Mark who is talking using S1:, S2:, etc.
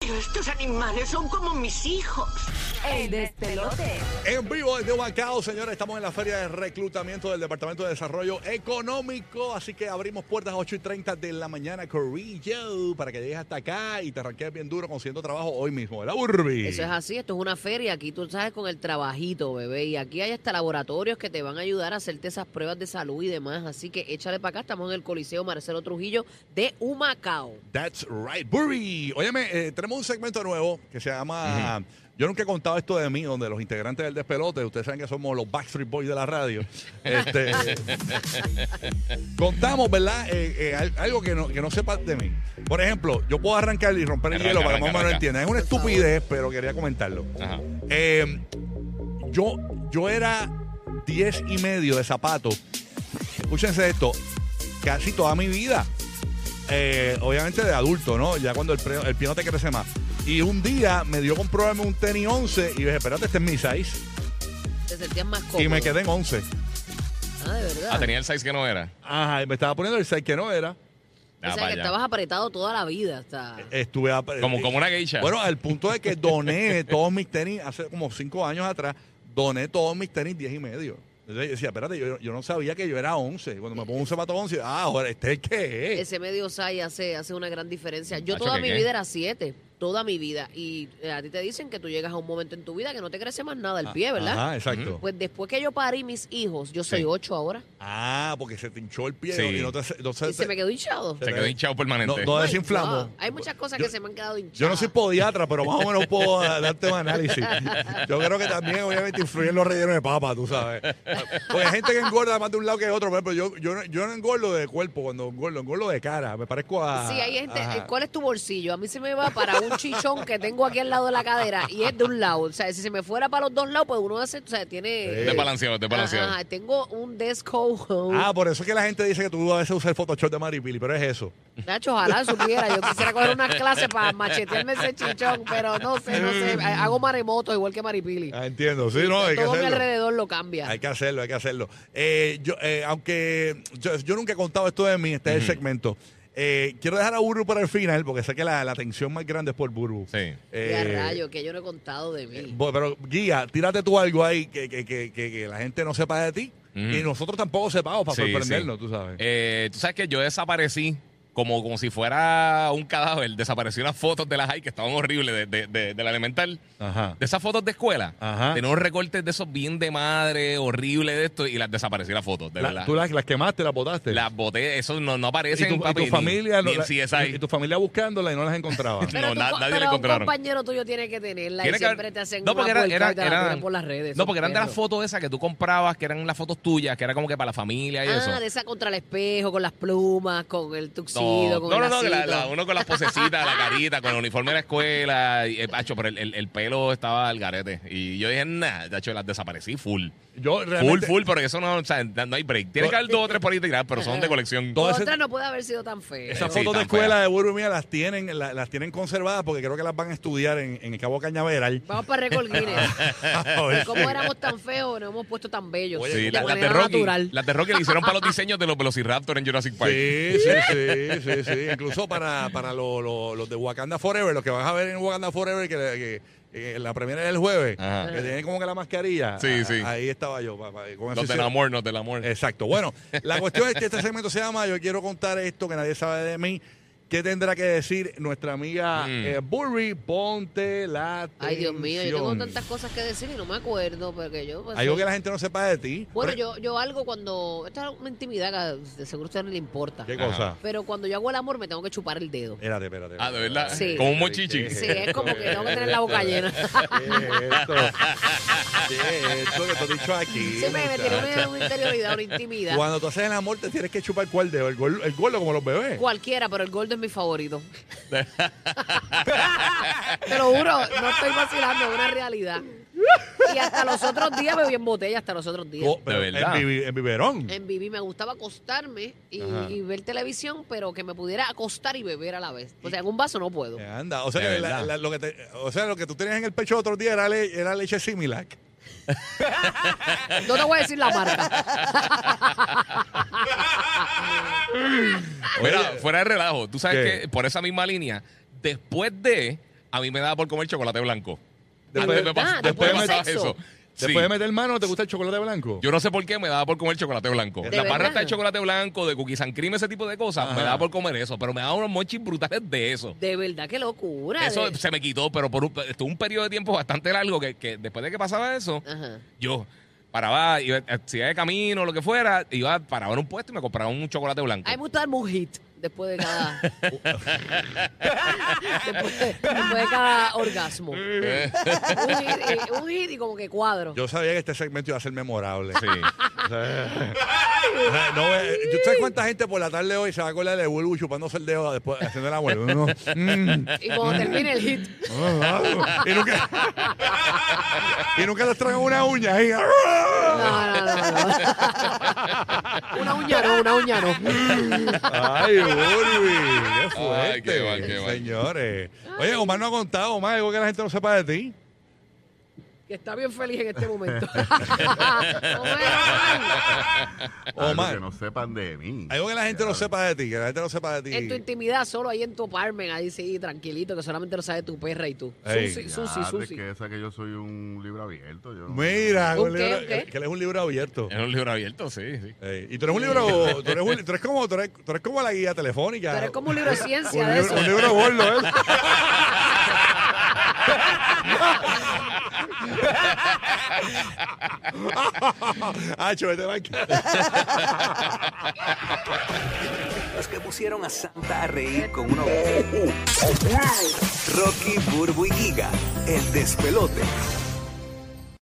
S1: Pero estos animales son como mis hijos.
S2: El destelote.
S3: En vivo desde Humacao, señores, estamos en la feria de reclutamiento del Departamento de Desarrollo Económico, así que abrimos puertas a 8 y 30 de la mañana, Corillo, para que llegues hasta acá y te arranques bien duro consiguiendo trabajo hoy mismo, ¿verdad, Urbi?
S4: Eso es así, esto es una feria, aquí tú sabes con el trabajito, bebé, y aquí hay hasta laboratorios que te van a ayudar a hacerte esas pruebas de salud y demás, así que échale para acá, estamos en el Coliseo Marcelo Trujillo de Humacao.
S3: That's right, Burry. Óyeme, eh, tenemos un segmento nuevo que se llama... Yo nunca he contado esto de mí, donde los integrantes del despelote, ustedes saben que somos los Backstreet Boys de la radio. Este, contamos, ¿verdad? Eh, eh, al- algo que no, que no sepas de mí. Por ejemplo, yo puedo arrancar y romper el
S5: Arranca,
S3: hielo para que
S5: arranca,
S3: mamá no
S5: arranca.
S3: entienda. Es una estupidez, pero quería comentarlo.
S5: Ajá.
S3: Eh, yo, yo era 10 y medio de zapato. Escúchense esto, casi toda mi vida. Eh, obviamente de adulto, ¿no? Ya cuando el, pre- el pie no te crece más. Y un día me dio con probarme un tenis 11 y dije, espérate, este es mi 6.
S4: Te sentías más cómodo.
S3: Y me quedé en 11.
S4: Ah, de verdad.
S5: Ah, tenía el 6 que no era.
S3: Ajá, y me estaba poniendo el 6 que no era.
S5: Ah,
S4: o sea,
S5: para
S4: que
S5: allá.
S4: estabas apretado toda la vida hasta...
S3: Estuve a- eh,
S5: Como, como una geisha.
S3: Bueno, al punto de que doné todos mis tenis hace como 5 años atrás, doné todos mis tenis 10 y medio. Entonces yo decía, espérate, yo, yo no sabía que yo era 11. Cuando me pongo un zapato 11, ah, ahora este es que es.
S4: Ese medio sai hace, hace una gran diferencia. Yo
S5: eh. Hacho,
S4: toda
S5: ¿qué,
S4: mi
S5: qué?
S4: vida era siete, toda mi vida. Y eh, a ti te dicen que tú llegas a un momento en tu vida que no te crece más
S5: Ah,
S4: nada el pie, ¿verdad?
S3: Ajá, exacto.
S4: Pues después que yo parí mis hijos, yo soy
S5: Sí.
S4: ocho ahora,
S3: Ah, porque se te hinchó el pie
S5: Sí.
S3: y no te, no se-
S4: y se me quedó hinchado.
S5: se quedó hinchado
S3: no,
S5: permanente.
S3: no
S4: Ay,
S3: desinflamó.
S4: wow. Hay muchas cosas
S3: Yo-
S4: que se me han quedado hinchadas.
S3: Yo no soy podiatra, pero más o menos puedo eh, darte un análisis. Yo creo que también, obviamente, influyen los rellenos de papa, tú sabes. Porque hay gente que engorda más de un lado que de otro, por ejemplo, yo, yo, no- yo no engordo de cuerpo cuando engordo, engordo de cara. Me parezco a.
S4: Sí, hay gente. eh,
S3: ajá.
S4: ¿Cuál es tu bolsillo? A mí se me va para un chichón que tengo aquí al lado de la cadera y es de un lado. O sea, si se me fuera para los dos lados, pues uno hace. O sea, tiene.
S3: Sí.
S5: Desbalanceado, desbalanceado.
S4: Ajá, tengo un desco.
S3: Ah, por eso es que la gente dice que tú a veces usas el Photoshop de Maripili, pero es eso.
S4: Nacho, ojalá supiera. Yo quisiera coger unas clases para machetearme ese chichón, pero no sé, no sé. Hago maremoto igual que Maripili.
S3: Ah, entiendo, sí, no, hay que
S4: Todo mi
S3: hacerlo.
S4: alrededor lo cambia.
S3: Hay que hacerlo, hay que hacerlo. Eh, yo, eh, aunque yo, yo nunca he contado esto de mí, este es el segmento. Eh, quiero dejar a Burbu para el final, porque sé que la, la tensión más grande es por Burbu.
S5: Sí.
S4: Qué
S3: Eh,
S4: rayo, que yo no he contado de mí.
S3: eh, bo- pero, Guía, tírate tú algo ahí que, que- que- que- que la gente no sepa de ti
S5: Ujú.
S3: y nosotros tampoco sepamos para
S5: Sí,
S3: sorprendernos,
S5: sí.
S3: tú sabes.
S5: Eh, tú sabes que yo desaparecí como, como si fuera un cadáver. Desaparecí las fotos de las high que estaban horribles de, de, de- de la elemental.
S3: Ajá.
S5: De esas fotos de escuela.
S3: Ajá.
S5: Tenía unos recortes de esos bien de madre, horrible de esto, y las desaparecí las fotos, de
S3: La-
S5: verdad.
S3: tú las, las quemaste, las botaste.
S5: Las boté, eso no, no
S3: y tu,
S5: aparece
S3: y tu
S5: en papi, ni-
S3: familia
S5: ni
S3: no-
S5: en
S3: la-
S5: CSI.
S3: y tu familia buscándola y no las encontraba.
S4: Pero
S5: no,
S4: tu
S5: na-
S4: co-
S5: nadie
S4: pero
S5: le encontraron.
S4: un compañero tuyo tiene que tenerla
S5: Tiene
S4: y
S5: que
S4: siempre
S5: haber-
S4: te hacen
S5: no,
S4: una
S5: porque era-
S4: puerca y
S5: era-
S4: te la tiran
S5: eran-
S4: por las redes.
S5: No,
S4: esos
S5: porque eran de las
S4: perros.
S5: fotos esas que tú comprabas, que eran las fotos tuyas, que era como que para la familia y eso.
S4: Ah, de esa contra el espejo, con las plumas, con el tuxido,
S5: No,
S4: con
S5: no,
S4: el
S5: no, no, que la-
S4: lacito.
S5: la- uno con las posecitas, la carita, con el uniforme de la escuela, y, eh, Pacho, pero el, el- el pelo estaba al garete. Y yo dije, nah, Pacho, las desaparecí full.
S3: Yo
S5: Full,
S3: realmente-
S5: full, pero eso no, o sea, no hay break. Tiene que haber dos o tres por ahí tiradas, pero son de colección.
S3: todo ese-
S4: Otra no puede haber sido tan fea.
S3: Esas
S5: Sí,
S3: fotos de
S5: tan
S3: escuela
S5: fea.
S3: de Burbu y mía las tienen, la- las tienen conservadas porque creo que las van a estudiar en, en el Cabo Cañaveral.
S4: Vamos para Record Guinness.
S3: A ver.
S4: ¿Cómo éramos tan feos? Nos hemos puesto tan bellos.
S5: Sí,
S4: de
S5: la- las, de
S4: manera
S5: Rocky,
S4: natural.
S5: las de Rocky le hicieron para los diseños de los Velociraptor en Jurassic Park.
S3: Sí, sí, sí, sí, sí. Incluso para, para lo- lo- los de Wakanda Forever, los que van a ver en Wakanda Forever, que, que- que la primera es el jueves,
S4: Ah.
S5: Ajá.
S3: que tienen como que la mascarilla.
S5: Sí,
S3: Ah,
S5: sí.
S3: Ahí estaba yo. pa- pa- con eso
S5: Los del
S3: hicieron-
S5: amor, los del amor.
S3: Exacto. Bueno, la cuestión es que este segmento se llama Yo quiero contar esto que nadie sabe de mí. ¿Qué tendrá que decir nuestra amiga
S5: Mm.
S3: eh, Burry? Ponte la atención.
S4: Ay, Dios mío, yo tengo tantas cosas que decir y no me acuerdo. Porque yo, pues,
S3: Algo
S4: sí.
S3: que la gente no sepa de ti.
S4: Bueno,
S3: Re-
S4: yo, yo algo cuando... Esta es una intimidad que a- de seguro a usted no le importa.
S3: ¿Qué
S5: Ajá.
S3: cosa?
S4: Pero cuando yo hago el amor me tengo que chupar el dedo.
S3: Espérate, espérate.
S5: Ah, ¿de verdad?
S4: Sí.
S5: Como un mochichi.
S3: ¿Qué
S4: Sí, es como que tengo que
S3: esto?
S4: tener la boca llena.
S3: ¿Qué es esto? ¿Qué es esto que te he dicho aquí?
S4: Siempre me tiene
S3: muchacha?
S4: una, una interioridad, una intimidad.
S3: Cuando tú haces el amor, te tienes que chupar cuál dedo. El, gol, el gordo como los bebés.
S4: Cualquiera, pero el gordo es mi favorito. Te lo juro, no estoy vacilando, es una realidad. Y hasta los otros días me vi en botella, hasta los otros días.
S3: Co- Oh, pero en
S5: verdad.
S3: bibi- En biberón.
S4: En Vivi me gustaba acostarme y,
S3: Ajá.
S4: y ver televisión, pero que me pudiera acostar y beber a la vez. O sea, en un vaso no puedo.
S3: Eh, Anda, o
S5: De
S3: sea, la-
S5: verdad.
S3: la- lo que te- o sea, lo que tú tenías en el pecho otro día era, le- era leche Similac.
S4: No te voy a decir la marca.
S5: Mira,
S3: Oye.
S5: fuera de relajo, tú sabes
S3: ¿Qué?
S5: que por esa misma línea, después de, a mí me daba por comer chocolate blanco.
S3: Después-
S5: me pas-
S4: Ah,
S5: después
S3: después
S5: me
S3: de
S5: pasaba
S4: sexo.
S5: eso. Sí.
S3: Después de meter mano, ¿te gusta el chocolate blanco?
S5: Yo no sé por qué me daba por comer chocolate blanco.
S3: ¿De
S5: La barra
S4: verdad?
S5: está de chocolate blanco, de cookies and cream, ese tipo de cosas,
S3: Ajá.
S5: me daba por comer eso, pero me daba unos monchis brutales de eso.
S4: De verdad, qué locura.
S5: Eso
S4: de-
S5: se me quitó, pero por un, estuvo un periodo de tiempo bastante largo que, que después de que pasaba eso,
S4: Ajá.
S5: yo paraba, iba a actividad de camino, lo que fuera, iba, paraba en un puesto y me compraba un chocolate blanco.
S4: A mí me gusta darme un hit después de cada. después, de- después de cada orgasmo. un, hit, eh, un hit y como que cuadro.
S3: Yo sabía que este segmento iba a ser memorable.
S5: Sí.
S3: O sea, o sea, no, eh, ¿Tú sabes cuánta gente por la tarde hoy se va a acordar de Bulbu chupándose el dedo después haciendo el abuelo? No, mm,
S4: Y cuando termine el hit.
S3: ah, y nunca y nunca les traen una uña ahí.
S4: No, no, no, no. una uña no, una uña no.
S3: Ay, Bulbi, qué fuerte,
S5: Ay, qué mal, qué mal.
S3: señores. Oye, Omar no ha contado, Omar, algo que la gente no sepa de ti.
S4: Que está bien feliz en este momento. Homero,
S6: Algo
S3: Omar,
S6: que no sepan de mí.
S3: algo que la gente no sepa de ti, que la gente no sepa de ti.
S4: en tu intimidad, solo ahí en tu apartment, ahí sí, tranquilito, que solamente lo sabe tu perra y tú.
S3: Ey.
S4: Susi,
S6: Ya,
S4: Susi,
S6: es
S4: Susi.
S6: que esa que yo soy un libro abierto. Yo no-
S3: Mira,
S4: ¿Un
S3: un
S4: qué,
S3: libro-
S4: un qué?
S3: que él es un libro abierto.
S5: Era un libro abierto, sí, sí.
S3: Ey, Y tú eres un libro, tú eres, un- tú eres como, tú eres, tú eres como la guía telefónica.
S4: Pero es como un libro de ciencia
S3: un
S4: de
S3: libro,
S4: eso.
S3: un libro gordo, ¿eh? ah, chulete,
S7: Los que pusieron a Santa a reír con uno. Rocky, Burbu y Giga, el despelote.